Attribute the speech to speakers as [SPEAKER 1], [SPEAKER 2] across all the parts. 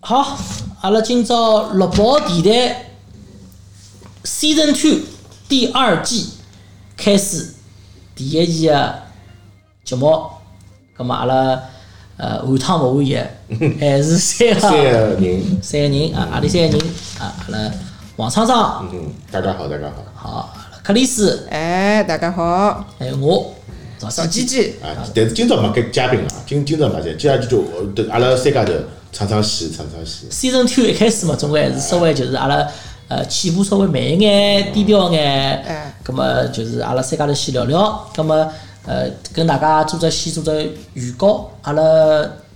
[SPEAKER 1] 好，阿拉今朝六宝电台 Season Two 第二季开始第一期的节目，咁啊么阿拉呃换汤勿换药， 还是三
[SPEAKER 2] 三个嗯
[SPEAKER 1] 个
[SPEAKER 2] 人，
[SPEAKER 1] 三个人啊，阿里三个人啊，阿拉王厂长
[SPEAKER 2] 嗯，大家好，大家好，
[SPEAKER 1] 好，阿拉克里斯
[SPEAKER 3] 哎，大家好，
[SPEAKER 1] 还有我赵
[SPEAKER 3] 小鸡
[SPEAKER 1] 鸡
[SPEAKER 3] 鸡，
[SPEAKER 2] 啊，但是今朝没搿嘉宾啊，今今朝没在，接下去就我对阿拉三家头唱唱戏，唱唱戏，
[SPEAKER 1] Season Two 一开始嘛，总归还是稍微就是阿拉呃起步稍微慢一眼，低调一眼。
[SPEAKER 3] 哎
[SPEAKER 1] 咁么就是阿拉三家头先聊聊，咁么呃跟大家做只先做只预告，阿拉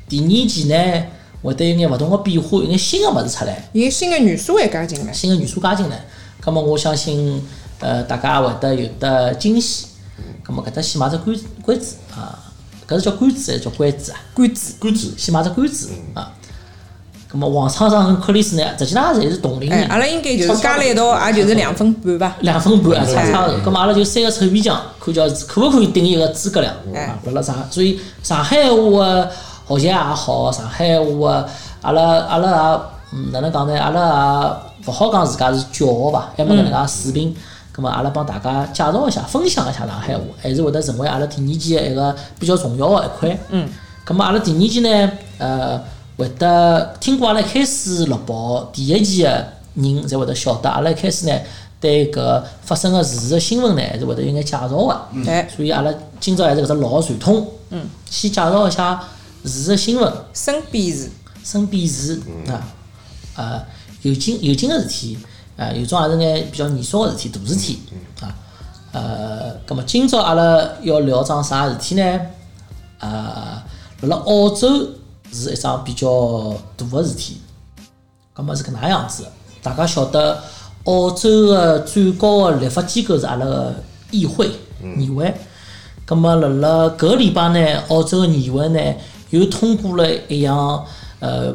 [SPEAKER 1] 第二期呢会得有眼勿同个变化，有眼新个物事出来，
[SPEAKER 3] 有新的元素也加进来，
[SPEAKER 1] 新个元素加进来。咁么我相信呃大家会得有得惊喜。咁么搿搭先买只关关子啊，搿是叫关子还是叫关子啊？
[SPEAKER 3] 关子，
[SPEAKER 2] 关注
[SPEAKER 1] 先买只关子啊。咁么王厂长跟克里斯呢，实际上侪是同龄
[SPEAKER 3] 哎，
[SPEAKER 1] 人，
[SPEAKER 3] 阿拉应该就是加了一道，也就是两分半吧，
[SPEAKER 1] 两分半啊，差
[SPEAKER 3] 哎
[SPEAKER 1] 差的。咁么阿拉就三个臭皮匠，看叫可不可以顶一个诸葛亮
[SPEAKER 3] 哎
[SPEAKER 1] 啊？不了上，所以上海话的学习也好，上海话的阿拉阿拉也嗯哪能讲呢？阿拉也勿好讲自家是骄傲吧，要么搿能介水平。咁么阿拉帮大家介绍一下，分享一下上海话，还是会得成为阿拉第二季的一个比较重要的一块。嗯。咁么阿拉第二季呢，呃，会得听过阿拉一开始录播第一期的人，侪会得晓得阿拉一开始呢，对搿发生个事实的新闻呢，还是会得有眼介绍个。
[SPEAKER 3] 哎，
[SPEAKER 1] 所以阿拉今朝还是搿只老传统，嗯，先介绍一下时事新闻、
[SPEAKER 3] 身边是，
[SPEAKER 1] 身边事啊，呃，有劲有劲个事体，啊，有种也是眼比较严肃个事体、大事体啊，呃，葛末今朝阿拉要聊桩啥事体呢？呃，辣辣澳洲是一桩比较大个事体，葛末是搿能样子的？大家晓得澳洲个最高个立法机构是阿拉个议会议会。葛末辣辣搿个礼拜呢，澳洲个议会呢又通过了一项呃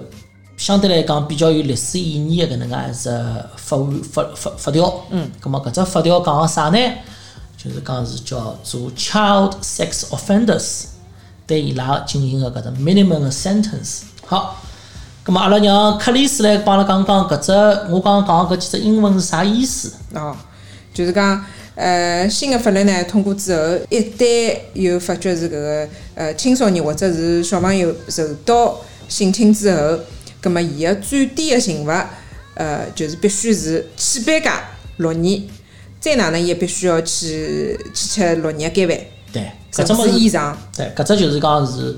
[SPEAKER 1] 相对来讲比较有历史意义的搿能介一只法案法法法条。嗯。葛末搿只法条讲个啥呢？就是讲是叫做 child sex offenders 对伊拉进行个搿只 minimum 个 sentence。好。咁么阿拉让克里斯来帮阿拉讲讲搿只，我刚刚讲搿几只英文是啥意思？
[SPEAKER 3] 哦，就是讲，呃，新的法律呢通过之后，一旦有发觉是搿个呃青少年或者是小朋友受到性侵之后，葛么伊个最低的刑罚，呃，就是必须是起班戒六年，再哪能也必须要去去吃六年的戒
[SPEAKER 1] 对，搿只
[SPEAKER 3] 饭，甚
[SPEAKER 1] 物
[SPEAKER 3] 至以
[SPEAKER 1] 事，
[SPEAKER 3] 上。
[SPEAKER 1] 对，搿只就是讲是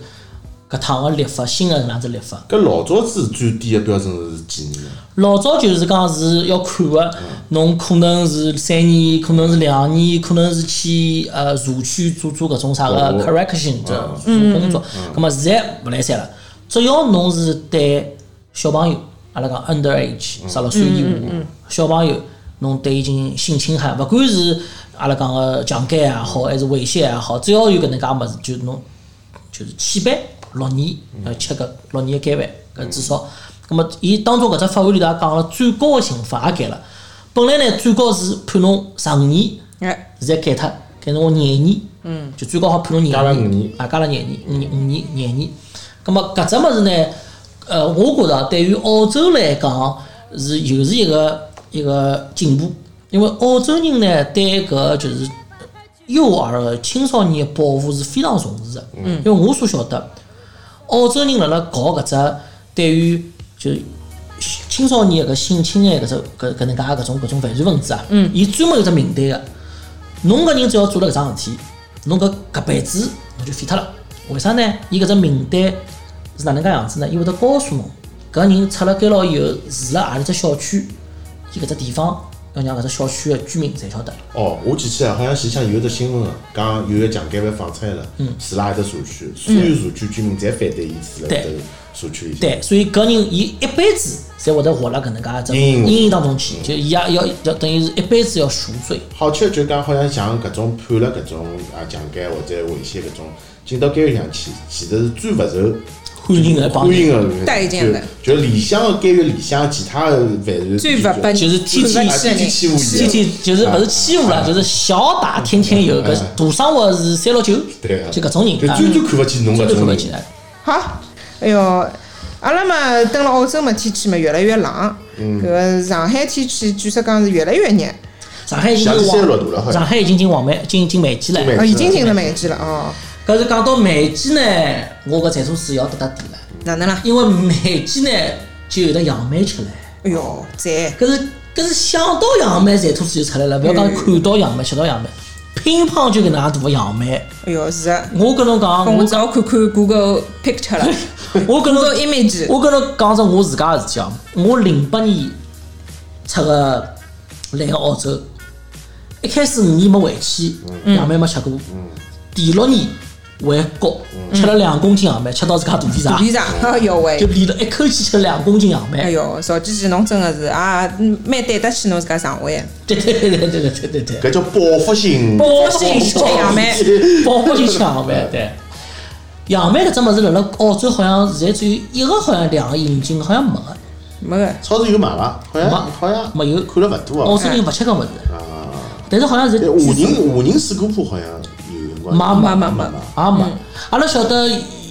[SPEAKER 1] 搿趟个立法，新个搿能样子立法。
[SPEAKER 2] 搿老早子最低的标准是几年呢？
[SPEAKER 1] 老早就是讲是要看个，侬可能是三年，可能是两年，可能是去呃社区做做搿种啥个
[SPEAKER 2] 服务
[SPEAKER 1] correction 这做工作。葛么现在勿来三了，只要侬是对小朋友，阿拉讲 under age 十六岁以下小朋友，侬对伊进行性侵害，勿管是阿拉讲个强奸也好，还是猥亵也好，只要有搿能介物事，就侬就是起班六年，
[SPEAKER 2] 嗯
[SPEAKER 1] 呃，吃搿六年的监饭，搿至少。葛末伊当中搿只法案里头也讲了，最高的刑罚也改了。本来呢，最高是判侬十五年，
[SPEAKER 3] 哎，
[SPEAKER 1] 现在改脱，改侬廿年。嗯。就最高好判侬廿
[SPEAKER 2] 加了五年
[SPEAKER 1] 啊，加了廿年，五五年廿年。葛末搿只物事呢，呃，我觉着对于澳洲来讲是又是一个一个进步，因为澳洲人呢对搿就是幼儿的青少年的保护是非常重视的。嗯，因为我所晓得，澳洲人辣辣搞搿只对于就是青少年搿性侵害搿只搿搿能介搿种搿种犯罪分子啊，嗯，伊专门有只名单个。侬搿人只要做了搿桩事体，侬搿搿辈子侬就废脱了。为啥呢？伊搿只名单是哪能介样子呢？伊会得告诉侬，搿人出了监牢以后住了何里只小区，伊搿只地方要让搿只小区的居民侪晓得。
[SPEAKER 2] 哦，我记起来，好像前向有一只新闻啊，讲有一个强奸犯放出来了，住辣一只社区，所有社区居民侪反对伊住辣搿
[SPEAKER 1] 对
[SPEAKER 2] 只社区里向。
[SPEAKER 1] 对，所以搿人伊一辈子侪会得活辣搿能介
[SPEAKER 2] 阴
[SPEAKER 1] 一
[SPEAKER 2] 影
[SPEAKER 1] 只阴影当中去，就伊也要要等于是一辈子要赎罪。
[SPEAKER 2] 好吃就讲好像像搿种判了搿种啊强奸或者猥亵搿种，进到监狱里向去，其实是最勿受
[SPEAKER 1] 欢迎的帮
[SPEAKER 2] 欢迎的，
[SPEAKER 3] 待见的
[SPEAKER 2] 就就里向的监狱里向其他的犯罪
[SPEAKER 3] 最
[SPEAKER 2] 比
[SPEAKER 3] 勿
[SPEAKER 2] 较
[SPEAKER 3] 拨
[SPEAKER 1] 就是天天
[SPEAKER 2] 啊天天欺负
[SPEAKER 1] 天
[SPEAKER 2] 伊
[SPEAKER 1] 天就是勿是欺负
[SPEAKER 2] 啊
[SPEAKER 1] 了，就是小打天天有，搿大生活是三六九，
[SPEAKER 2] 对啊
[SPEAKER 1] 就搿种人，
[SPEAKER 2] 就
[SPEAKER 1] 啊
[SPEAKER 2] 最最看勿起侬搿
[SPEAKER 1] 最看
[SPEAKER 2] 种
[SPEAKER 1] 勿
[SPEAKER 2] 人
[SPEAKER 1] 起。来。
[SPEAKER 3] 好，哎哟，阿拉嘛蹲辣澳洲嘛，天气嘛越来越冷，搿个上海天气据说讲是越来越热，
[SPEAKER 1] 上海已经
[SPEAKER 2] 像
[SPEAKER 1] 进
[SPEAKER 2] 三十六度了，
[SPEAKER 1] 黄，
[SPEAKER 2] 好
[SPEAKER 1] 上
[SPEAKER 2] 像
[SPEAKER 1] 海已经进黄梅，进进梅季了
[SPEAKER 2] 进。梅
[SPEAKER 3] 哦，已经进入梅季了哦，
[SPEAKER 1] 搿是讲到梅季呢，我搿赞助水要得得底了，
[SPEAKER 3] 哪能啦？
[SPEAKER 1] 因为梅季呢就有得杨梅吃了，
[SPEAKER 3] 哎哟，赞！
[SPEAKER 1] 搿是搿是想到杨梅赞助水就出来了，勿要讲看到杨梅吃到杨梅，乒乓就搿能样大个杨梅，
[SPEAKER 3] 哎哟，是啊，
[SPEAKER 1] 我跟侬讲，
[SPEAKER 3] 跟我
[SPEAKER 1] 我
[SPEAKER 3] 只好看看 Google Picture 了
[SPEAKER 1] 我跟侬
[SPEAKER 3] ，Google Image，
[SPEAKER 1] 我跟侬讲只我自家个事体哦，我零八年出个来个澳洲，一开始五年没回去，杨梅没吃过，第六年回国吃了两公斤杨梅，吃到自家肚皮
[SPEAKER 3] 肚
[SPEAKER 1] 胀，
[SPEAKER 3] 皮上，哎哟
[SPEAKER 1] 就
[SPEAKER 3] 喂，
[SPEAKER 1] 连了一口气吃了两公斤杨
[SPEAKER 3] 哎
[SPEAKER 1] 梅。
[SPEAKER 3] 哟，邵姐姐侬真的是啊，蛮对得起侬自家肠胃的。
[SPEAKER 1] 对对对对对对对对，
[SPEAKER 2] 搿叫报复性。
[SPEAKER 1] 报
[SPEAKER 3] 复性吃杨梅
[SPEAKER 1] 报复性吃杨梅，对。杨梅搿只物事辣辣澳洲好像现在只有一个，好像两个引进，好像没个，
[SPEAKER 3] 没个，
[SPEAKER 2] 超市有卖伐？好像
[SPEAKER 1] 没
[SPEAKER 2] 好像
[SPEAKER 1] 没有
[SPEAKER 2] 看了勿多
[SPEAKER 1] 澳
[SPEAKER 2] 哦。
[SPEAKER 1] 洲人勿吃搿物事。
[SPEAKER 2] 啊，
[SPEAKER 1] 但是好像是
[SPEAKER 2] 哎华人华人水果铺好像有辰光
[SPEAKER 1] 妈
[SPEAKER 3] 没
[SPEAKER 1] 妈
[SPEAKER 3] 没
[SPEAKER 1] 妈
[SPEAKER 3] 没，
[SPEAKER 1] 也没。阿拉晓得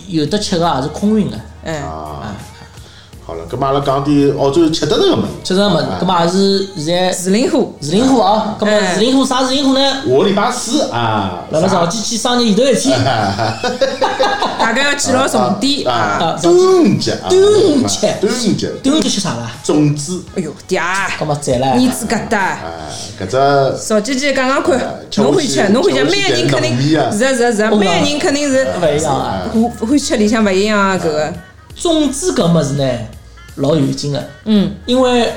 [SPEAKER 1] 有的吃个也是空运个，
[SPEAKER 3] 嗯，
[SPEAKER 2] 啊。好了，搿么阿拉哦讲点澳洲吃得着个啊物事。
[SPEAKER 1] 吃什么？搿么也啊是现在
[SPEAKER 3] 徐林虎，
[SPEAKER 1] 士林火啊，搿么
[SPEAKER 3] 哎
[SPEAKER 1] 士林火啥士林火呢？
[SPEAKER 2] 下个礼拜四啊，
[SPEAKER 1] 辣辣
[SPEAKER 2] 啥
[SPEAKER 1] 上期去生日宴头一天，
[SPEAKER 3] 大家要记牢重点啊！
[SPEAKER 1] 啊
[SPEAKER 2] 端午节啊，
[SPEAKER 1] 端午节
[SPEAKER 2] 端午节，
[SPEAKER 1] 端午节吃啥啊啦？
[SPEAKER 2] 粽子，
[SPEAKER 3] 哎哟，爹，
[SPEAKER 1] 搿么赞唻
[SPEAKER 3] 你子疙瘩。
[SPEAKER 2] 哎，搿只
[SPEAKER 3] 邵姐姐讲讲
[SPEAKER 2] 哎
[SPEAKER 3] 看，侬欢喜吃，侬欢喜吃，
[SPEAKER 2] 吃
[SPEAKER 3] 每个人肯定
[SPEAKER 2] 吃
[SPEAKER 3] 是啊
[SPEAKER 2] 吃
[SPEAKER 3] 是啊是啊，
[SPEAKER 1] 糯
[SPEAKER 3] 每
[SPEAKER 1] 米啊
[SPEAKER 3] 个人肯定是
[SPEAKER 1] 勿一样啊。
[SPEAKER 3] 欢欢喜吃里向勿一样啊，搿个
[SPEAKER 1] 粽子搿物事呢，老有劲个。嗯，因为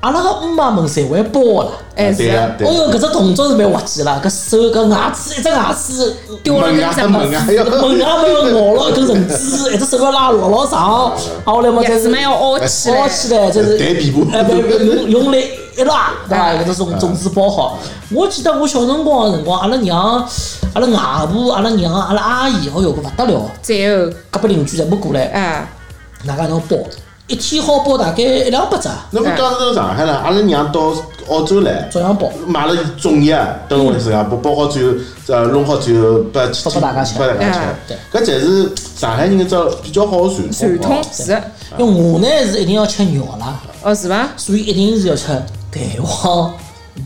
[SPEAKER 1] 阿拉个姆妈们侪会包个啦。
[SPEAKER 3] 哎是
[SPEAKER 2] 对
[SPEAKER 3] 啊
[SPEAKER 2] 啊，
[SPEAKER 1] 哦
[SPEAKER 2] 对
[SPEAKER 1] 哟，
[SPEAKER 2] 啊，
[SPEAKER 1] 搿只动作是蛮滑稽啦，搿手搿牙齿一只牙齿丢了
[SPEAKER 2] 门
[SPEAKER 1] 根
[SPEAKER 2] 牙
[SPEAKER 1] 绳
[SPEAKER 2] 门啊牙要
[SPEAKER 1] 门牙没有咬牢一根绳子，一只手要拉老老长，啊后来么
[SPEAKER 3] 叶
[SPEAKER 1] 才
[SPEAKER 3] 子
[SPEAKER 1] 是
[SPEAKER 3] 嘛要凹起
[SPEAKER 1] 包
[SPEAKER 3] 来，
[SPEAKER 1] 起来，哦就是
[SPEAKER 2] 弹琵琶
[SPEAKER 1] 哎，不不用用力一拉，对伐？搿种种子包好。我记得我小辰光个辰光，阿拉娘、阿拉外婆、阿拉娘、阿拉阿姨，哦哟，搿勿得了，
[SPEAKER 3] 最后
[SPEAKER 1] 隔壁邻居全部过来，
[SPEAKER 3] 啊，
[SPEAKER 1] 哪家能包？一天好包大概一两百只，
[SPEAKER 2] 侬勿讲到上海了，阿拉娘到澳洲来，
[SPEAKER 1] 照样包。
[SPEAKER 2] 买了粽叶，等屋里自家包包好最后，呃，弄好最后拨去
[SPEAKER 1] 拨拨大家吃
[SPEAKER 2] 拨大家吃
[SPEAKER 3] 嗯
[SPEAKER 1] 对。
[SPEAKER 2] 搿才是上海人一只比较好的传
[SPEAKER 3] 传
[SPEAKER 2] 统
[SPEAKER 3] 统
[SPEAKER 2] 哦。
[SPEAKER 3] 是啊
[SPEAKER 1] 因为我呢是一定要吃肉啦，
[SPEAKER 3] 哦是伐？
[SPEAKER 1] 所以一定是要吃蛋黄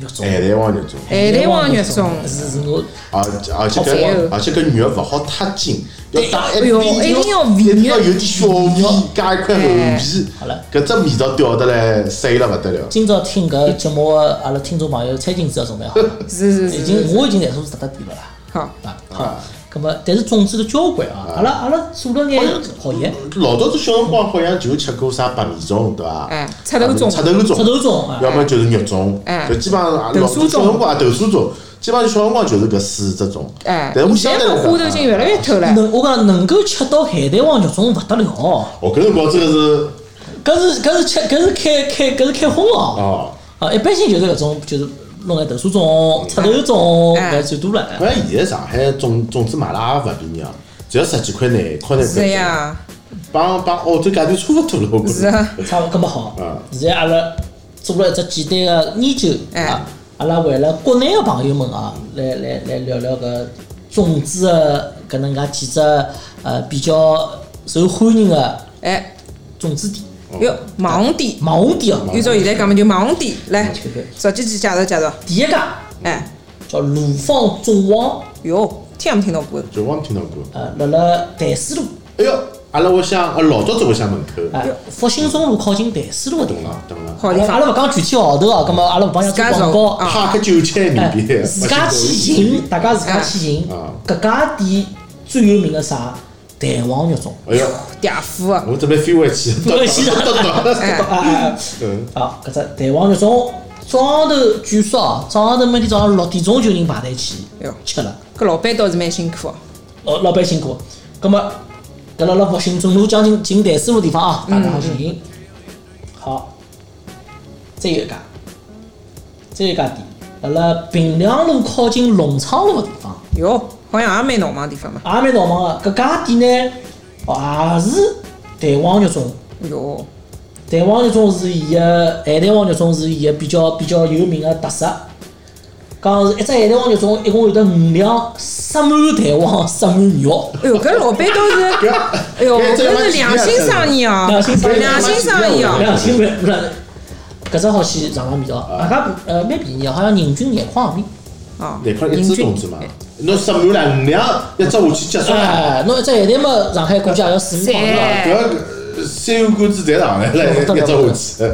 [SPEAKER 1] 肉
[SPEAKER 2] 海
[SPEAKER 1] 粽。
[SPEAKER 2] 带黄肉粽，
[SPEAKER 3] 海带黄哎肉粽
[SPEAKER 1] 是是我
[SPEAKER 2] 而而且
[SPEAKER 3] 好肥
[SPEAKER 2] 搿
[SPEAKER 3] 哦
[SPEAKER 2] 而且搿肉勿好太筋，要打一
[SPEAKER 3] 哎呦
[SPEAKER 2] 边
[SPEAKER 3] 一定要
[SPEAKER 2] 一定要
[SPEAKER 3] 微
[SPEAKER 2] 有点小味，加一块厚
[SPEAKER 3] 哎
[SPEAKER 2] 皮
[SPEAKER 1] 好了，
[SPEAKER 2] 搿只味道调得来碎了勿得了。
[SPEAKER 1] 今朝听搿节目的阿拉听众朋友餐巾纸要准备好了，
[SPEAKER 3] 是是
[SPEAKER 1] 已
[SPEAKER 3] 是
[SPEAKER 1] 经
[SPEAKER 3] 是，是
[SPEAKER 1] 我已经在做值得点了啦。
[SPEAKER 3] 好，
[SPEAKER 1] 啊，好，咁么，但是种子都交关啊，阿拉阿拉做了眼好嘢，
[SPEAKER 2] 老早子小辰光好像就吃过啥白米粽，对伐？
[SPEAKER 3] 哎赤豆粽
[SPEAKER 2] 赤豆
[SPEAKER 1] 出
[SPEAKER 2] 粽，
[SPEAKER 1] 头种啊
[SPEAKER 2] 要，么就是肉粽，
[SPEAKER 3] 哎
[SPEAKER 2] 就基本上啊
[SPEAKER 3] 豆
[SPEAKER 2] 老
[SPEAKER 3] 沙粽
[SPEAKER 2] 早小辰光啊豆沙粽，基本上小辰光就是搿四只种。
[SPEAKER 3] 哎，
[SPEAKER 2] 但我
[SPEAKER 3] 现
[SPEAKER 2] 相
[SPEAKER 3] 在
[SPEAKER 2] 对
[SPEAKER 3] 嘛
[SPEAKER 2] 来讲
[SPEAKER 3] 花头已经越来越透了，
[SPEAKER 1] 能我讲能够吃到海带王肉粽勿得了，
[SPEAKER 2] 哦，搿辰光真个是
[SPEAKER 1] 搿是搿是吃搿是开开搿是开荤哦，
[SPEAKER 2] 哦，
[SPEAKER 1] 啊，嗯一般性就是搿种就是弄眼豆沙粽、赤豆粽搿最多了，
[SPEAKER 2] 反正现在上海种种子买了也勿便宜啊，只要十几块廿块廿
[SPEAKER 3] 是，呀，
[SPEAKER 2] 帮帮哦澳洲价钿差勿多了，我觉
[SPEAKER 3] 是
[SPEAKER 2] 着。
[SPEAKER 3] 啊，
[SPEAKER 1] 差勿搿么好
[SPEAKER 2] 啊。
[SPEAKER 1] 现在阿拉做了一只简单个研究
[SPEAKER 3] 哎
[SPEAKER 1] 啊，阿拉为了国内个朋友们啊，来来来聊聊搿种子个搿能介几只呃比较受欢迎个
[SPEAKER 3] 哎，
[SPEAKER 1] 种子店。
[SPEAKER 3] 哟，网红店，
[SPEAKER 1] 网红店哦，
[SPEAKER 3] 按照现在讲嘛就网红店，来
[SPEAKER 1] 嗯，
[SPEAKER 3] 邵姐姐介绍介绍，
[SPEAKER 1] 第一家
[SPEAKER 3] 哎，
[SPEAKER 1] 叫鲁芳粽王，
[SPEAKER 3] 哟，天也没听到过，
[SPEAKER 2] 就我没听到过。
[SPEAKER 1] 呃，辣辣淡水路，
[SPEAKER 2] 哎哟，阿拉屋向阿老早子屋向门口，
[SPEAKER 1] 哎，复兴中路靠近淡水路个地
[SPEAKER 2] 懂
[SPEAKER 1] 方
[SPEAKER 2] 了。懂了，
[SPEAKER 3] 好地
[SPEAKER 1] 阿
[SPEAKER 3] 方，
[SPEAKER 1] 拉勿讲具体号头哦，葛末阿拉勿帮伊
[SPEAKER 3] 自家
[SPEAKER 1] 做广告
[SPEAKER 3] 找啊，
[SPEAKER 2] 趴个九千人
[SPEAKER 1] 哎
[SPEAKER 2] 民币，，
[SPEAKER 1] 自家去寻，大家自家去寻
[SPEAKER 2] 啊。
[SPEAKER 1] 搿家店最有名个啥？蛋黄肉粽。
[SPEAKER 2] 哎哟，
[SPEAKER 3] 嗲夫啊，
[SPEAKER 2] 我准备飞回去，
[SPEAKER 1] 回 去
[SPEAKER 2] 等等等等
[SPEAKER 3] 哎。
[SPEAKER 1] 啊啊
[SPEAKER 2] 嗯，
[SPEAKER 1] 啊！啊，搿只蛋黄肉粽，早浪头据说哦，早浪头每天早上六点钟就有人排队去
[SPEAKER 3] 哟
[SPEAKER 1] 吃了。
[SPEAKER 3] 搿老板倒是蛮辛苦哦。
[SPEAKER 1] 老老板辛苦。葛么，搿辣辣复兴中路将近近淡水路地方啊，大家好去寻。好，再有一家，再有一家店，辣辣平凉路靠近隆昌路个地方，
[SPEAKER 3] 哟，好像也蛮闹忙的地方嘛。
[SPEAKER 1] 也蛮闹忙啊个。搿家店呢，哦也是蛋黄肉粽，
[SPEAKER 3] 哟，
[SPEAKER 1] 蛋黄肉粽是伊个海带黄肉粽是伊个比较比较有名个特色。讲是一只海带黄肉总共一共有得五两塞满蛋黄，塞满肉。
[SPEAKER 3] 哎哟，搿老板倒 是，
[SPEAKER 2] 啊
[SPEAKER 3] 哎哟，搿是良心生意哦，
[SPEAKER 1] 良心生意
[SPEAKER 3] 良心
[SPEAKER 2] 啊
[SPEAKER 3] 生意哦。
[SPEAKER 1] 两千万不是，搿只好去上上味道，外加呃蛮便宜，好像人均廿块行钿。
[SPEAKER 3] 哦，
[SPEAKER 2] 那块一只粽子嘛，侬塞满了五两，一只下去结束了，
[SPEAKER 1] 哎，侬一只海带嘛，上海估计也要四五块
[SPEAKER 3] 哎
[SPEAKER 1] 是吧？
[SPEAKER 2] 搿个三五管子侪上来了，一只下去。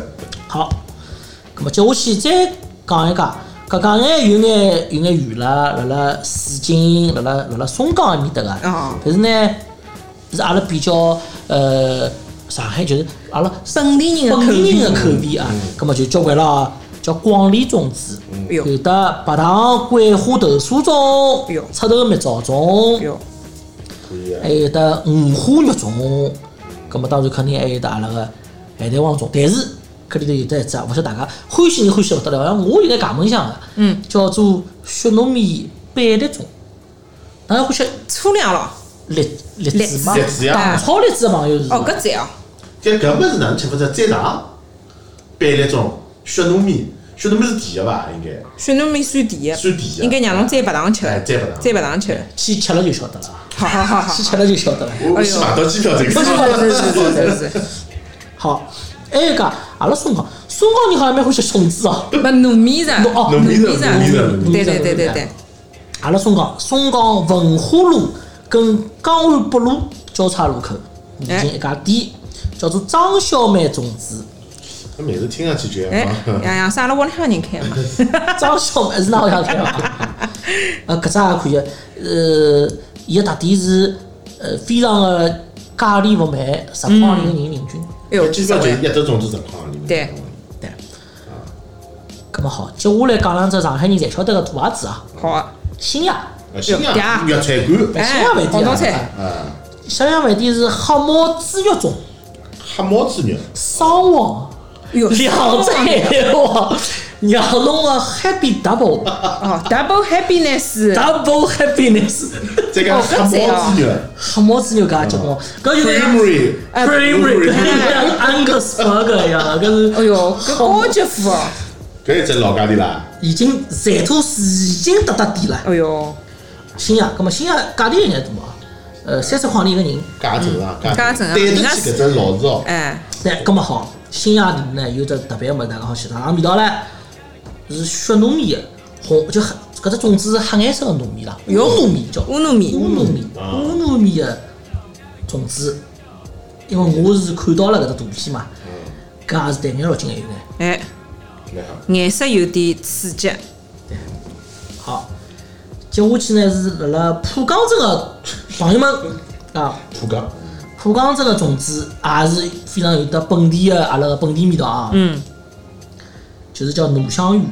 [SPEAKER 1] 好，咁么接下去再讲一讲，搿讲眼有眼有眼远了，辣辣四锦，辣辣辣辣松江埃面搭个
[SPEAKER 3] 哦，
[SPEAKER 1] 但是呢，是阿拉比较呃上海就是阿拉
[SPEAKER 3] 本地人
[SPEAKER 1] 本
[SPEAKER 3] 的口
[SPEAKER 1] 地
[SPEAKER 3] 味
[SPEAKER 1] 人的口味啊，咁么就交关了。叫广利粽子，
[SPEAKER 3] 哎呦
[SPEAKER 2] 嗯
[SPEAKER 1] 有的白糖桂花豆沙
[SPEAKER 3] 哎呦
[SPEAKER 1] 粽、赤豆蜜枣粽，
[SPEAKER 3] 哟，
[SPEAKER 2] 可以啊
[SPEAKER 1] 还，有的五花肉粽，咁么当然肯定还有的阿拉个海带王粽，但是搿里头有得一只，勿晓得大家欢喜人欢喜勿得了，好像我有眼搿门向个，
[SPEAKER 3] 嗯，
[SPEAKER 1] 啊叫做血糯米板栗粽，大家欢喜
[SPEAKER 3] 粗粮了。
[SPEAKER 1] 栗栗
[SPEAKER 3] 栗
[SPEAKER 1] 子嘛
[SPEAKER 2] 栗子，呀
[SPEAKER 1] 糖炒栗子个朋友是
[SPEAKER 3] 哦，搿只哦，
[SPEAKER 2] 搿搿物事哪能吃法子？蘸糖，拌栗粽，血糯米，血糯米是甜的伐？应该
[SPEAKER 3] 血糯米算甜的，
[SPEAKER 2] 算甜的。
[SPEAKER 3] 应该让侬蘸白糖吃
[SPEAKER 2] 啊哎
[SPEAKER 3] 的，
[SPEAKER 2] 蘸白糖
[SPEAKER 3] 蘸白糖吃的。
[SPEAKER 1] 去吃了就晓得了，
[SPEAKER 3] 好好好好
[SPEAKER 1] 去，吃了就晓得了。
[SPEAKER 2] 我去买到机票再
[SPEAKER 1] 不是不
[SPEAKER 3] 是是是
[SPEAKER 2] 看。
[SPEAKER 3] 是是 是，
[SPEAKER 1] 好，还有一个阿拉松江，松江人好像蛮欢喜吃粽子哦，
[SPEAKER 3] 不糯米人，
[SPEAKER 1] 哦
[SPEAKER 2] 糯米人糯米啊人
[SPEAKER 3] 对对对对对，
[SPEAKER 1] 阿拉松江，松江文化路跟江安北路交叉路口附
[SPEAKER 3] 哎
[SPEAKER 1] 近一家店，叫做张小妹粽 子。
[SPEAKER 2] 搿名字听上去就
[SPEAKER 3] 哎
[SPEAKER 2] 像帮，
[SPEAKER 3] 呀呀，是阿拉屋里向人开的嘛，
[SPEAKER 1] 张小妹是哪样 开啊？呃，搿只也可以。呃，伊个特点是呃非常的价钿勿卖，十块钿个人人均。
[SPEAKER 3] 哎哟，
[SPEAKER 2] 机
[SPEAKER 3] 几十
[SPEAKER 2] 票就
[SPEAKER 3] 万，
[SPEAKER 2] 一只粽子十块里面。
[SPEAKER 3] 对
[SPEAKER 1] 对。咁么好，接下来讲两只上海人侪晓得个大牌子啊，
[SPEAKER 3] 好啊，
[SPEAKER 1] 新亚。
[SPEAKER 2] 啊，新疆
[SPEAKER 3] 呀
[SPEAKER 2] 粤菜馆，
[SPEAKER 1] 新亚饭
[SPEAKER 3] 哎广
[SPEAKER 1] 店
[SPEAKER 3] 东
[SPEAKER 1] 啊
[SPEAKER 3] 菜，
[SPEAKER 2] 啊，
[SPEAKER 1] 新亚饭店是黑猫猪肉粽、
[SPEAKER 2] 黑猫猪肉，
[SPEAKER 1] 烧王。
[SPEAKER 3] 哟，
[SPEAKER 1] 两只海王，让侬个 happy double
[SPEAKER 3] 哦，double happiness，
[SPEAKER 1] double happiness，
[SPEAKER 2] 再讲
[SPEAKER 3] 哦
[SPEAKER 2] 黑
[SPEAKER 3] 搿菜
[SPEAKER 2] 猫猪肉
[SPEAKER 1] 黑猫子牛搿也结棍，搿就是
[SPEAKER 2] ，Creamery，
[SPEAKER 1] primary，搿是像 Angus burger 一样的，搿是
[SPEAKER 3] 哎哟，搿高级货哦，
[SPEAKER 2] 搿一只老家的啦，
[SPEAKER 1] 已经馋吐水已经得得底了。
[SPEAKER 3] 哎哟，
[SPEAKER 1] 新亚，葛末新亚价钿有眼大啊，呃，三十块钿一个人，
[SPEAKER 2] 加正啊，
[SPEAKER 3] 加
[SPEAKER 2] 正
[SPEAKER 3] 正
[SPEAKER 2] 啊，
[SPEAKER 3] 啊
[SPEAKER 2] 对得
[SPEAKER 3] 人家
[SPEAKER 2] 起搿只老字哦，
[SPEAKER 3] 哎，
[SPEAKER 1] 那葛末好，新亚里呢有只特别个物事，大家好去尝尝味道唻，是血糯米的，红就黑搿只种子是黑颜色个糯米啦，有糯米叫。
[SPEAKER 3] 乌糯米，
[SPEAKER 1] 乌糯米，
[SPEAKER 2] 啊
[SPEAKER 1] 乌糯米的种子，因为我是看到了搿只图片嘛，搿也是淡眼绕进还有眼。
[SPEAKER 3] 哎，
[SPEAKER 2] 蛮好，
[SPEAKER 3] 颜色有点刺激，
[SPEAKER 1] 好，接下去呢是辣辣浦江镇的朋友们啊，
[SPEAKER 2] 浦江，
[SPEAKER 1] 浦江镇的种子也是非常有得本地的阿拉个本地味道啊，
[SPEAKER 3] 嗯，
[SPEAKER 1] 就是叫糯香鱼，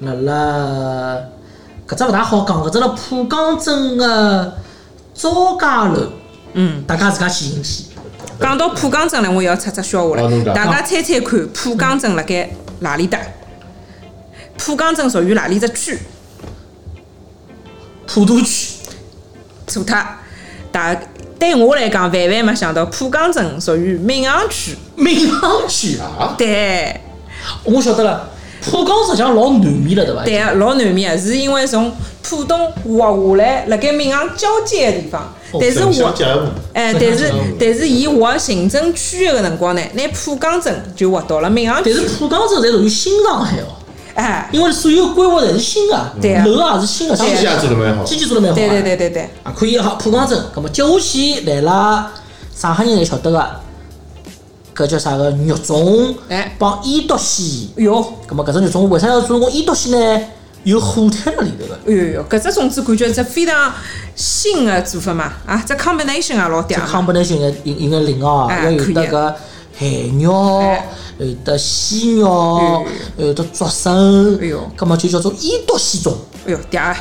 [SPEAKER 1] 辣辣搿只勿大好讲，搿只辣浦江镇的招家楼，
[SPEAKER 3] 嗯，
[SPEAKER 1] 大家自家去寻去。
[SPEAKER 3] 讲到浦江镇了，我也要出只笑话
[SPEAKER 2] 哦侬讲
[SPEAKER 3] 了。大家猜猜看，浦江镇辣盖哪里搭？浦江镇属于哪里只区？
[SPEAKER 1] 浦都区
[SPEAKER 3] 错脱。大对我来讲，万万没想到浦江镇属于闵行区。
[SPEAKER 1] 闵行区啊，
[SPEAKER 2] 啊，
[SPEAKER 3] 对
[SPEAKER 1] 我晓得了，浦江实际上老南面了，对伐？
[SPEAKER 3] 对，老南面啊，是因为从浦东滑下来，辣盖闵行交界的地方。
[SPEAKER 1] 哦
[SPEAKER 3] 但是
[SPEAKER 2] 城
[SPEAKER 3] 我
[SPEAKER 2] 乡结合部，
[SPEAKER 3] 哎，
[SPEAKER 1] 城
[SPEAKER 3] 但
[SPEAKER 1] 乡
[SPEAKER 3] 是
[SPEAKER 2] 结合部
[SPEAKER 3] 但是伊划行政区域个辰光呢，拿浦江镇就划到了闵行
[SPEAKER 1] 但
[SPEAKER 3] 区。
[SPEAKER 1] 是浦江镇侪属于新上海哦，
[SPEAKER 3] 哎，
[SPEAKER 1] 因为所有规划侪是新的
[SPEAKER 3] 对，啊
[SPEAKER 1] 楼也是新的，
[SPEAKER 2] 生意也做得蛮好，
[SPEAKER 1] 基建做得蛮好啊。
[SPEAKER 3] 对对对对对，
[SPEAKER 1] 啊，可以好，浦江镇，葛么接下去来了，上海人侪晓得个，搿叫啥个肉粽
[SPEAKER 3] 哎，
[SPEAKER 1] 帮伊笃鲜。
[SPEAKER 3] 哟。
[SPEAKER 1] 葛么搿只肉粽为啥要做成伊笃鲜呢？有火腿辣里头个，
[SPEAKER 3] 哎呦呦，搿只种子感觉是非常新的做法嘛，啊，这 combination 也老
[SPEAKER 1] 这
[SPEAKER 3] 嗲嘛，
[SPEAKER 1] combination 有有有眼灵哦，
[SPEAKER 3] 哎
[SPEAKER 1] 要有
[SPEAKER 3] 可以
[SPEAKER 1] 得搿海肉
[SPEAKER 3] 哎，
[SPEAKER 1] 有得鲜肉，有得竹笋，
[SPEAKER 3] 哎哟
[SPEAKER 1] 葛么就叫做伊笃鲜粽。
[SPEAKER 3] 哎呦嗲啊，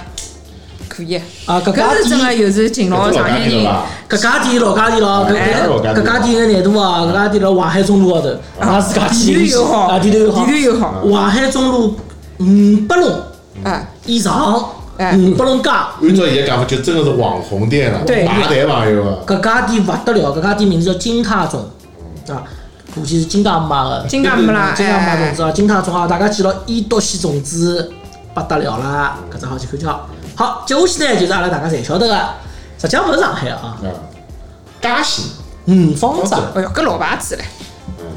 [SPEAKER 3] 可以啊，
[SPEAKER 1] 啊搿家
[SPEAKER 3] 搿是真的又是勤劳的上海
[SPEAKER 2] 搿是
[SPEAKER 3] 人
[SPEAKER 2] 老家
[SPEAKER 1] 搿家店老家店咯，搿
[SPEAKER 2] 哎
[SPEAKER 1] 搿搿家店有难度啊，搿家店辣淮海中路高头，
[SPEAKER 3] 啊
[SPEAKER 1] 俺自家去
[SPEAKER 3] 地段又好
[SPEAKER 1] 啊地段又好，
[SPEAKER 3] 地段又好
[SPEAKER 1] 淮海中路五百弄
[SPEAKER 3] 啊，
[SPEAKER 1] 以上，
[SPEAKER 3] 哎
[SPEAKER 1] 五百弄加，
[SPEAKER 2] 按照伊个讲法，就真的是网红店了，
[SPEAKER 3] 对
[SPEAKER 2] 大台朋友啊，
[SPEAKER 1] 搿家店勿得了，搿家店名字叫金泰中，啊，估计是金家姆妈个。嗯
[SPEAKER 3] 金家姆啦，
[SPEAKER 1] 啊金家姆妈种
[SPEAKER 3] 哎
[SPEAKER 1] 子，啊，金泰种啊，大家记牢，伊笃西种子，不得了啦，搿只好去看叫。好，接下去呢就是阿拉大家侪晓得个，实际上勿是上海啊，
[SPEAKER 2] 嗯，嘉兴，
[SPEAKER 1] 嗯，方丈，
[SPEAKER 3] 哎哟，搿老牌子唻，啊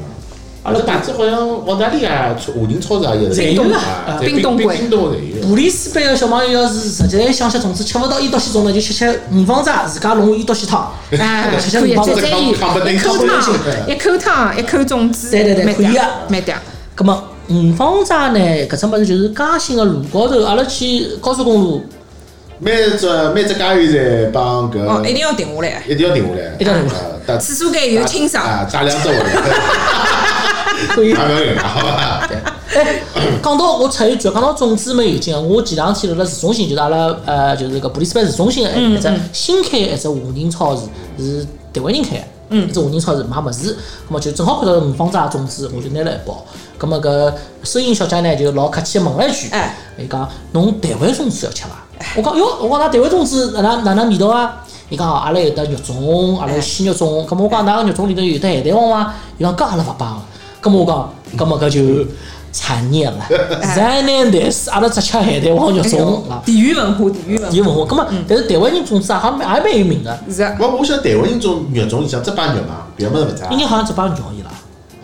[SPEAKER 2] 阿拉牌子好像澳大利亚超华人超市也
[SPEAKER 1] 侪
[SPEAKER 2] 有，
[SPEAKER 1] 有啦
[SPEAKER 2] 啊
[SPEAKER 1] 啊
[SPEAKER 2] 在
[SPEAKER 3] 冰冻柜嗯
[SPEAKER 2] 冰冻侪有。
[SPEAKER 1] 布里斯班个小朋友要是实在想吃粽子，吃勿到一刀鲜粽呢，就吃吃五方丈自家弄一刀鲜汤。
[SPEAKER 3] 哎，
[SPEAKER 1] 其实
[SPEAKER 3] 可以，
[SPEAKER 1] 帮
[SPEAKER 3] 再
[SPEAKER 1] 这
[SPEAKER 3] 再
[SPEAKER 2] 康
[SPEAKER 3] 一
[SPEAKER 2] 康不
[SPEAKER 3] 一
[SPEAKER 2] 定
[SPEAKER 3] 口
[SPEAKER 2] 康不定
[SPEAKER 3] 汤，一口汤，一口粽子，
[SPEAKER 1] 对对对
[SPEAKER 3] 蛮
[SPEAKER 1] 可以
[SPEAKER 3] 嗲
[SPEAKER 1] 啊
[SPEAKER 3] 蛮嗲。
[SPEAKER 1] 葛末五方丈呢，搿只物事就是嘉兴个路高头，阿拉去高速公路
[SPEAKER 2] 每只每只家园侪帮
[SPEAKER 1] 嗯
[SPEAKER 3] 哦，一
[SPEAKER 2] 搿
[SPEAKER 3] 定要停下来。
[SPEAKER 2] 一定要停下来，
[SPEAKER 1] 一定要停下
[SPEAKER 2] 来，打
[SPEAKER 3] 厕所间有清爽，
[SPEAKER 2] 啊，打两只回 来，
[SPEAKER 1] 可以。
[SPEAKER 2] 打不要紧，好吧？
[SPEAKER 1] 哎，讲到我插一句，讲到粽子蛮有劲个。我前两天辣辣市中心，就是阿拉呃，就是搿布里斯班市中心个一只新开的一只华人超市，是台湾人开的。嗯，一只华人超市卖物事，葛末就正好看到五方斋粽子，我就拿了一包。葛末搿收银小姐呢，就老客气地问了一句，
[SPEAKER 3] 哎
[SPEAKER 1] 伊讲侬台湾粽子要吃伐？我讲哟，我讲㑚台湾粽子哪能哪能味道啊？伊讲哦，阿拉有得肉粽，阿拉
[SPEAKER 3] 哎
[SPEAKER 1] 有鲜肉粽。咁我讲，㑚个肉粽里头有得咸蛋黄伐？伊讲搿阿拉勿帮。咁我讲，咁么搿就产业 了。灾难但是阿拉只吃咸蛋黄肉
[SPEAKER 3] 哎呦嗯
[SPEAKER 1] 粽啊，
[SPEAKER 3] 地域文化，地域文
[SPEAKER 1] 伊
[SPEAKER 3] 化，
[SPEAKER 1] 问我，咁么啊但是台湾人粽子啊，好像蛮也蛮有名个，
[SPEAKER 3] 是啊
[SPEAKER 2] 我我晓得台湾人种肉粽里向只把肉嘛，别么子勿
[SPEAKER 1] 应
[SPEAKER 2] 差
[SPEAKER 1] 该好像只帮肉伊拉。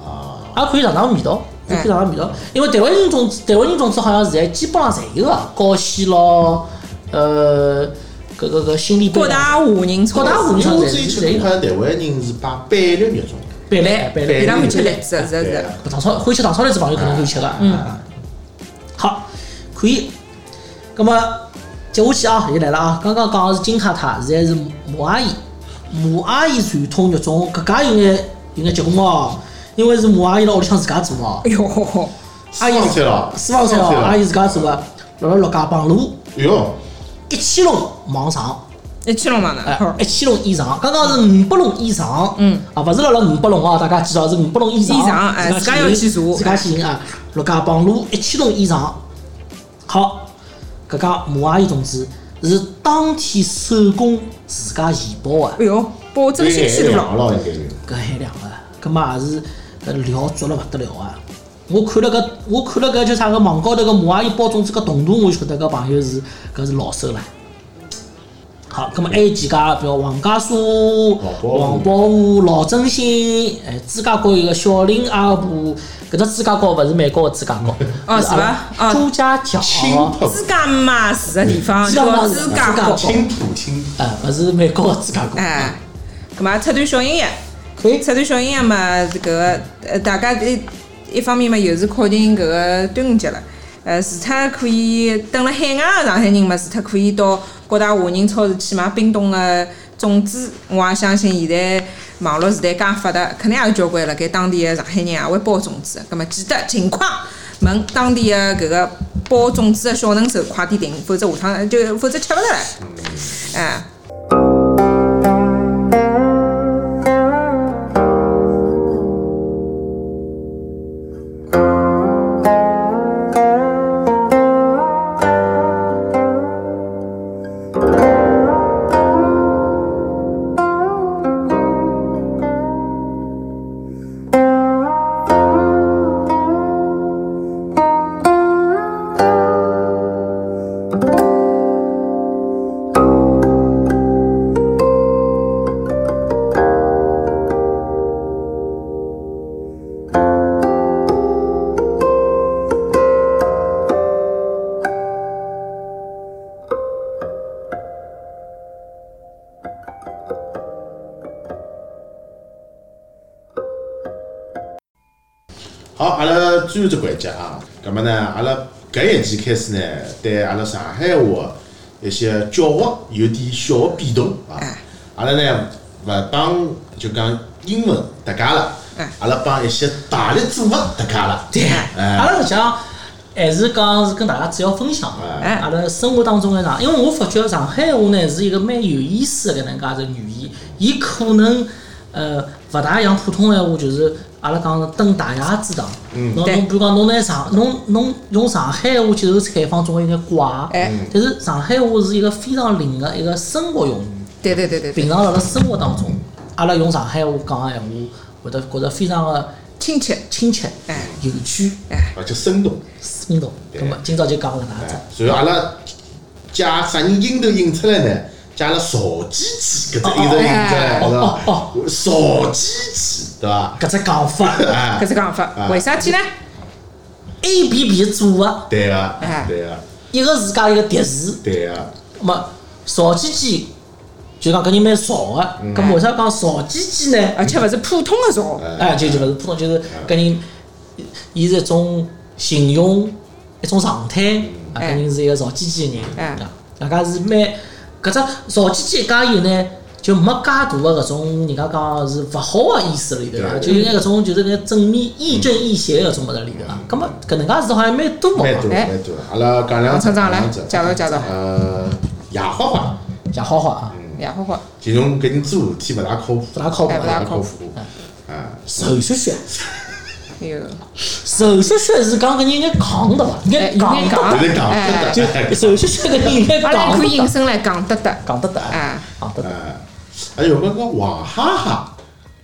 [SPEAKER 2] 啊。
[SPEAKER 1] 也可以尝尝味道，也可以尝尝味道。因为台湾人种子，台湾人种子好像现在基本上侪有个高鲜咯，呃，搿搿搿心理
[SPEAKER 3] 各大华人超
[SPEAKER 1] 各大华
[SPEAKER 3] 市
[SPEAKER 1] 人，
[SPEAKER 2] 我之前吃过，好像台湾人是把板栗肉粽，
[SPEAKER 1] 板来板
[SPEAKER 2] 板
[SPEAKER 1] 来
[SPEAKER 2] 栗
[SPEAKER 3] 伊拉
[SPEAKER 2] 肉
[SPEAKER 3] 会
[SPEAKER 2] 粽
[SPEAKER 3] 吃栗子，是啊是
[SPEAKER 2] 对啊
[SPEAKER 3] 啊。
[SPEAKER 1] 糖炒会吃糖炒栗子朋友可能会吃个。嗯，好，可以。葛么接下去啊，又来了啊！刚刚讲的是金卡塔，现在是木阿姨。木阿姨传统肉粽，搿家有眼有眼结棍哦，因为是木阿姨辣屋里向自家做哦。
[SPEAKER 3] 哎哟，啊
[SPEAKER 1] 阿姨
[SPEAKER 2] 四方菜了，
[SPEAKER 1] 哎私房菜
[SPEAKER 2] 四
[SPEAKER 1] 哦，
[SPEAKER 2] 了
[SPEAKER 1] 阿姨自家做个，辣辣陆家浜路
[SPEAKER 2] 哟，
[SPEAKER 1] 一千弄往上，
[SPEAKER 3] 一千弄嘛
[SPEAKER 1] 哎
[SPEAKER 3] 呢？好，
[SPEAKER 1] 一千弄以上，刚刚是五百弄以上，
[SPEAKER 3] 嗯，
[SPEAKER 1] 啊，勿是辣辣五百弄哦，大家记牢是五百弄以上，
[SPEAKER 3] 以上哎
[SPEAKER 1] 自家
[SPEAKER 3] 自家要
[SPEAKER 1] 去
[SPEAKER 3] 去
[SPEAKER 1] 寻
[SPEAKER 3] 查
[SPEAKER 1] 自家去寻啊，陆家浜路一千弄以上，好，搿家母阿姨同志是当天手工自家现包啊的，
[SPEAKER 3] 哎哟，包真心
[SPEAKER 2] 是
[SPEAKER 3] 虚度
[SPEAKER 2] 了
[SPEAKER 3] 了，
[SPEAKER 2] 咯，应该是。
[SPEAKER 1] 搿海量啊，搿嘛也是搿料足了勿得了啊！我看了搿，我看了搿叫啥个网高头搿蚂蚁包粽子搿动图，我就晓得搿朋友是搿是老手了。好，葛末还有几家，比如黄家酥、
[SPEAKER 2] 黄
[SPEAKER 1] 黄
[SPEAKER 2] 包
[SPEAKER 1] 包屋、老真心，哎，朱家角有个小林阿婆，搿只朱家角勿是美国个朱家角，
[SPEAKER 3] 哦是伐
[SPEAKER 1] 阿拉
[SPEAKER 3] 哦
[SPEAKER 1] 朱家角，
[SPEAKER 2] 青
[SPEAKER 1] 哎
[SPEAKER 2] 浦，
[SPEAKER 3] 自家嘛是个地方，
[SPEAKER 1] 自家嘛
[SPEAKER 3] 叫
[SPEAKER 1] 是
[SPEAKER 3] 自家
[SPEAKER 1] 自家
[SPEAKER 3] 搞
[SPEAKER 1] 搞，
[SPEAKER 2] 青浦，青浦。
[SPEAKER 1] 哎，勿是美国个朱家角，
[SPEAKER 3] 哎，咁嘛出段小音乐。
[SPEAKER 1] 可以，
[SPEAKER 3] 插段小音乐嘛，这个呃，大家一一方面嘛，又是靠近搿个端午节了，呃，除脱可以等辣海外个上海人嘛，除脱可以到各大华人超市去买冰冻个粽子，我也相信现在网络时代介发达，肯定也有交关辣盖当地个上海人也会包粽子的，葛末记得情况。问当地个搿个包粽子个小能手快点停，否则下趟就否则吃勿着了。哎、
[SPEAKER 2] 好，阿拉最后只环节啊，葛末呢，阿拉搿一季开始呢，对阿拉上海话一些教学有点小的变动啊
[SPEAKER 3] 哎。
[SPEAKER 2] 阿拉呢勿帮就讲英文搭界了
[SPEAKER 3] 哎，
[SPEAKER 2] 阿拉帮一些大力组合搭界了。
[SPEAKER 1] 啊对，
[SPEAKER 2] 哎
[SPEAKER 1] 阿拉实际上还是讲是跟大家主要分享的
[SPEAKER 3] 哎
[SPEAKER 1] 阿拉生活当中的上，因为我发觉上海话呢是一个蛮有意思的搿能介只语言，伊可能呃勿大像普通闲话，就是阿拉讲登大雅之堂。侬
[SPEAKER 3] 对
[SPEAKER 1] 侬比如讲侬拿上侬侬用上海闲话接受采访，总归有眼怪。
[SPEAKER 3] 哎，
[SPEAKER 1] 但是上海话是一个非常灵的一个生活用语。
[SPEAKER 3] 对对对对对，
[SPEAKER 1] 平常辣辣生活当中，阿拉用上海话讲个闲话，会得觉着非常的
[SPEAKER 3] 亲切，
[SPEAKER 1] 亲切。
[SPEAKER 3] 哎。
[SPEAKER 1] 有趣、
[SPEAKER 2] 而且生动。
[SPEAKER 1] 生动。
[SPEAKER 2] 对
[SPEAKER 1] 那么今朝就讲搿能介
[SPEAKER 2] 哎
[SPEAKER 1] 只。
[SPEAKER 2] 然后阿拉借啥人引头引出来呢？借阿拉曹机器搿只引头引出来，是
[SPEAKER 1] 哦哦
[SPEAKER 2] 吧？曹机器，对伐？
[SPEAKER 1] 搿只讲法
[SPEAKER 2] 哎
[SPEAKER 3] 搿，只讲法，
[SPEAKER 2] 啊
[SPEAKER 3] 为啥体呢？
[SPEAKER 1] ，A B B 组合，
[SPEAKER 2] 对个
[SPEAKER 1] 啊
[SPEAKER 3] 哎，
[SPEAKER 2] 对个，
[SPEAKER 1] 一个字加一个叠字，
[SPEAKER 2] 对啊个，
[SPEAKER 1] 那么曹鸡鸡就讲搿人蛮潮个，
[SPEAKER 2] 嗯
[SPEAKER 1] 搿么为啥讲曹鸡鸡呢？
[SPEAKER 3] 而且勿是普通的潮，
[SPEAKER 1] 哎，就就
[SPEAKER 3] 嗯
[SPEAKER 1] 勿是普通，就是搿人，伊是一种形容，一种常态，啊，搿
[SPEAKER 3] 哎
[SPEAKER 1] 人是一个潮唧唧的人，
[SPEAKER 3] 哎
[SPEAKER 1] 啊，大家是蛮搿只潮唧唧一家有呢，就没介大个搿种人家讲是勿好个意思里头啊，
[SPEAKER 2] 对
[SPEAKER 1] 就有眼搿种就是搿正面亦正亦邪搿种物事里头啊，
[SPEAKER 3] 嗯
[SPEAKER 1] 葛末搿能介事好像蛮多啊
[SPEAKER 2] 蛮
[SPEAKER 1] 个
[SPEAKER 2] 多
[SPEAKER 1] 嘛，
[SPEAKER 2] 蛮多。阿拉讲两
[SPEAKER 3] 王
[SPEAKER 2] 只，
[SPEAKER 3] 厂长
[SPEAKER 2] 讲
[SPEAKER 3] 来
[SPEAKER 2] 两只
[SPEAKER 3] 介。绍介绍，
[SPEAKER 2] 呃，野花花，
[SPEAKER 1] 像花花啊，
[SPEAKER 3] 野花花，
[SPEAKER 2] 其中搿人做事体勿大靠谱，
[SPEAKER 1] 勿大靠谱
[SPEAKER 3] 哎
[SPEAKER 1] 啊
[SPEAKER 3] 勿大
[SPEAKER 2] 靠
[SPEAKER 3] 靠
[SPEAKER 2] 谱。啊，
[SPEAKER 1] 仇雪雪，
[SPEAKER 3] 哎呦，
[SPEAKER 1] 仇雪雪是讲搿人应该戆的伐？应
[SPEAKER 3] 哎
[SPEAKER 1] 该
[SPEAKER 3] 应该
[SPEAKER 1] 戆
[SPEAKER 3] 戆
[SPEAKER 1] 的，
[SPEAKER 2] 有点讲
[SPEAKER 3] 哎
[SPEAKER 2] 得
[SPEAKER 1] 就仇雪雪搿人应该
[SPEAKER 3] 阿拉
[SPEAKER 1] 戆
[SPEAKER 3] 可以引
[SPEAKER 1] 的，
[SPEAKER 3] 申来讲得得，
[SPEAKER 1] 戆得得，
[SPEAKER 3] 哎，
[SPEAKER 1] 戆得得。
[SPEAKER 2] 哎，还有那个娃哈哈，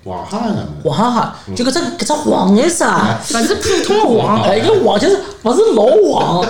[SPEAKER 2] 娃哈哈哪能？
[SPEAKER 1] 黄哈哈，
[SPEAKER 2] 嗯
[SPEAKER 1] 就搿只搿只黄颜色
[SPEAKER 2] 哎
[SPEAKER 1] 啊，
[SPEAKER 3] 勿是普通的黄，
[SPEAKER 1] 哎，一个黄就是勿是老 黄，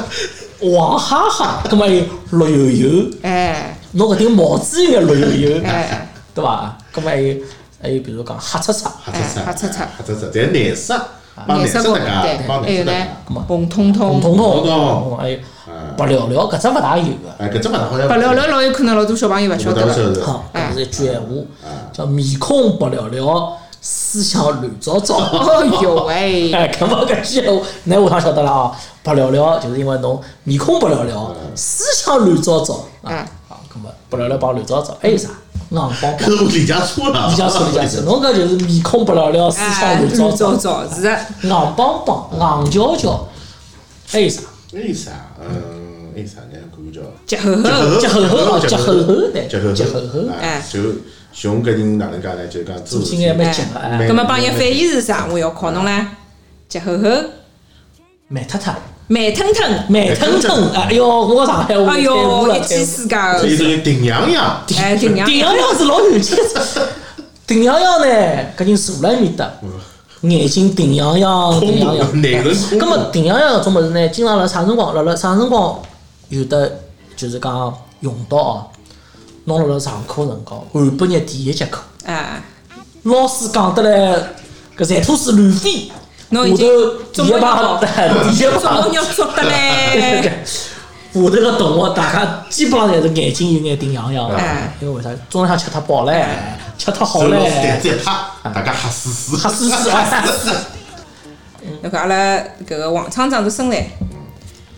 [SPEAKER 1] 黄哈哈，葛末有绿油油，
[SPEAKER 3] 哎
[SPEAKER 1] 侬搿顶帽子应该绿油油，
[SPEAKER 3] 哎，
[SPEAKER 1] 对伐？葛末还有还有，哎比如讲黑叉叉，
[SPEAKER 2] 黑色色，
[SPEAKER 3] 黑色色
[SPEAKER 2] 黑色色，但颜色帮
[SPEAKER 3] 啊颜
[SPEAKER 2] 颜
[SPEAKER 3] 色
[SPEAKER 2] 色
[SPEAKER 3] 高，
[SPEAKER 2] 搭界，
[SPEAKER 3] 对，哎
[SPEAKER 2] 帮
[SPEAKER 3] 还
[SPEAKER 2] 颜
[SPEAKER 3] 有
[SPEAKER 2] 色搭
[SPEAKER 3] 呢
[SPEAKER 2] 界。，
[SPEAKER 3] 红彤彤
[SPEAKER 1] 红，彤
[SPEAKER 2] 红彤
[SPEAKER 1] 彤，还有
[SPEAKER 2] 嗯
[SPEAKER 1] 白聊聊，搿只勿大有个。
[SPEAKER 2] 哎，搿只物事好像
[SPEAKER 3] 白聊聊老有可能老多小朋友勿晓得
[SPEAKER 2] 勿晓
[SPEAKER 3] 了，
[SPEAKER 2] 得
[SPEAKER 1] 好，
[SPEAKER 3] 哎
[SPEAKER 1] 搿是一句闲话，
[SPEAKER 2] 哎
[SPEAKER 1] 叫面孔白聊聊，思想乱糟糟。
[SPEAKER 3] 哦哟喂，
[SPEAKER 1] 哎，搿么搿句闲话，㑚下趟晓得了啊！白聊聊就是因为侬面孔白聊聊，思想乱糟糟啊
[SPEAKER 3] 哎。
[SPEAKER 1] 好，搿么白聊聊帮乱糟糟，还有啥？硬邦邦。
[SPEAKER 2] 可我离家啊车了，
[SPEAKER 1] 李家说，李家 说，侬搿就是面孔白聊聊，思想
[SPEAKER 3] 哎，
[SPEAKER 1] 乱糟
[SPEAKER 3] 乱糟
[SPEAKER 1] 糟，
[SPEAKER 3] 糟，是的，
[SPEAKER 1] 硬邦邦，硬瞧瞧，还有啥？
[SPEAKER 2] 为哎啥？嗯，为啥呢？搿个叫
[SPEAKER 3] 结合 合，
[SPEAKER 1] 结
[SPEAKER 2] 后
[SPEAKER 1] 合后
[SPEAKER 2] 结
[SPEAKER 1] 结后后对
[SPEAKER 2] 结后
[SPEAKER 1] 结后后
[SPEAKER 2] 哎，就熊搿人哪能介呢？就是讲做
[SPEAKER 1] 祖先
[SPEAKER 2] 事体
[SPEAKER 1] 眼蛮
[SPEAKER 3] 哎
[SPEAKER 1] 结合，哎，
[SPEAKER 3] 葛么帮伊反义是啥？我要考侬唻，结合合，
[SPEAKER 1] 慢脱脱，
[SPEAKER 3] 慢腾腾，
[SPEAKER 1] 慢腾腾，哎哟，我上海话
[SPEAKER 3] 哎
[SPEAKER 1] 太污
[SPEAKER 3] 哟，
[SPEAKER 1] 了，
[SPEAKER 3] 一
[SPEAKER 1] 太
[SPEAKER 3] 记
[SPEAKER 1] 污。
[SPEAKER 3] 世界
[SPEAKER 2] 所以
[SPEAKER 3] 的，
[SPEAKER 2] 说人顶洋洋，
[SPEAKER 3] 哎，顶 娘
[SPEAKER 1] 顶洋洋是老有劲 的，顶洋洋呢，搿人坐辣埃面搭，眼睛顶洋洋，顶洋洋。
[SPEAKER 2] 空内存空
[SPEAKER 1] 咁么顶洋洋搿种物事呢，经常辣啥辰光？辣辣啥辰光有的就是讲用到哦。侬辣辣上课辰光，韩八日第一节课，
[SPEAKER 3] 啊，
[SPEAKER 1] 老师讲得来搿馋吐水乱飞，
[SPEAKER 3] 侬已
[SPEAKER 1] 下
[SPEAKER 3] 经
[SPEAKER 1] 头
[SPEAKER 3] 中
[SPEAKER 1] 第一
[SPEAKER 3] 文
[SPEAKER 1] 排
[SPEAKER 3] 好，
[SPEAKER 1] 第一 排
[SPEAKER 3] 中文要捉得
[SPEAKER 1] 对
[SPEAKER 3] 嘞，
[SPEAKER 1] 对下头个同学，大家基本上侪是眼睛有眼顶洋洋的
[SPEAKER 3] 哎，
[SPEAKER 1] 因为为啥？中浪向吃太饱唻，吃太好
[SPEAKER 2] 手老师在
[SPEAKER 1] 唻，
[SPEAKER 2] 在他，大家吓死死，
[SPEAKER 1] 吓死死 啊！
[SPEAKER 3] 那个阿拉搿个王厂长的身材，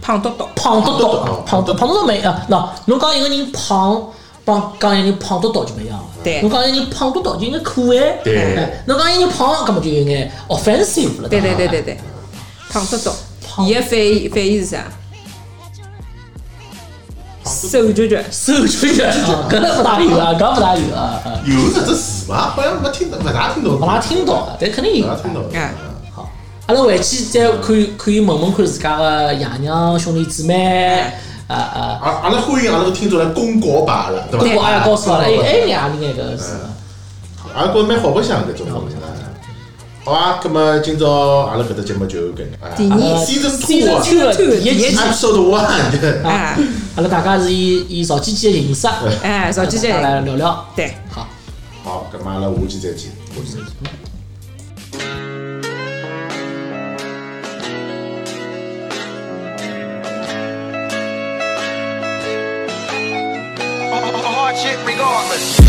[SPEAKER 3] 胖嘟嘟，
[SPEAKER 1] 胖嘟嘟啊，胖
[SPEAKER 2] 胖
[SPEAKER 1] 嘟
[SPEAKER 2] 嘟嘟
[SPEAKER 1] 胖嘟嘟没啊？那侬讲一个人胖，帮讲一个人胖嘟嘟就不一样了。
[SPEAKER 3] 对
[SPEAKER 1] 侬讲一个人胖嘟嘟就有眼可爱。
[SPEAKER 2] 对
[SPEAKER 1] 哎侬讲一个人胖，搿么就有眼 offensive 了。啊
[SPEAKER 3] 对对对
[SPEAKER 1] 吧
[SPEAKER 3] 对。对，胖嘟嘟，
[SPEAKER 1] 胖
[SPEAKER 3] 伊的反义反义是啥？手脚脚，
[SPEAKER 1] 手举着，啊搿个勿大有啊，搿勿大有啊，啊
[SPEAKER 2] 有搿只词伐？好像没听到，勿大听到，
[SPEAKER 1] 勿大听到啊，但肯定有
[SPEAKER 2] 勿大
[SPEAKER 1] 啊。
[SPEAKER 2] 听到，
[SPEAKER 3] 哎
[SPEAKER 1] 好，阿拉回去再可以可以问问看自家个爷娘兄弟姊妹，啊啊，
[SPEAKER 2] 阿阿拉欢迎阿拉个听众来公告罢了，对伐？啊
[SPEAKER 1] 我也告诉阿拉，哎
[SPEAKER 2] 公告罢啊了
[SPEAKER 1] 哎呀，另外个是，
[SPEAKER 2] 阿拉觉着蛮好白相搿种东西呢。好啊，葛么今朝阿拉搿只节目就搿能啊。
[SPEAKER 3] 第
[SPEAKER 1] 呃
[SPEAKER 3] 二，
[SPEAKER 2] Season
[SPEAKER 1] Season
[SPEAKER 2] two 啊
[SPEAKER 1] two 的第一季。
[SPEAKER 2] Episode One，
[SPEAKER 3] 啊，
[SPEAKER 1] 阿拉大家是以以赵姐姐的形式，
[SPEAKER 3] 哎， 赵姐姐，
[SPEAKER 1] 大家来聊聊。
[SPEAKER 3] 对。
[SPEAKER 1] 好，
[SPEAKER 2] 好，葛么阿拉下期再见。
[SPEAKER 1] 我是
[SPEAKER 4] hardship regardless.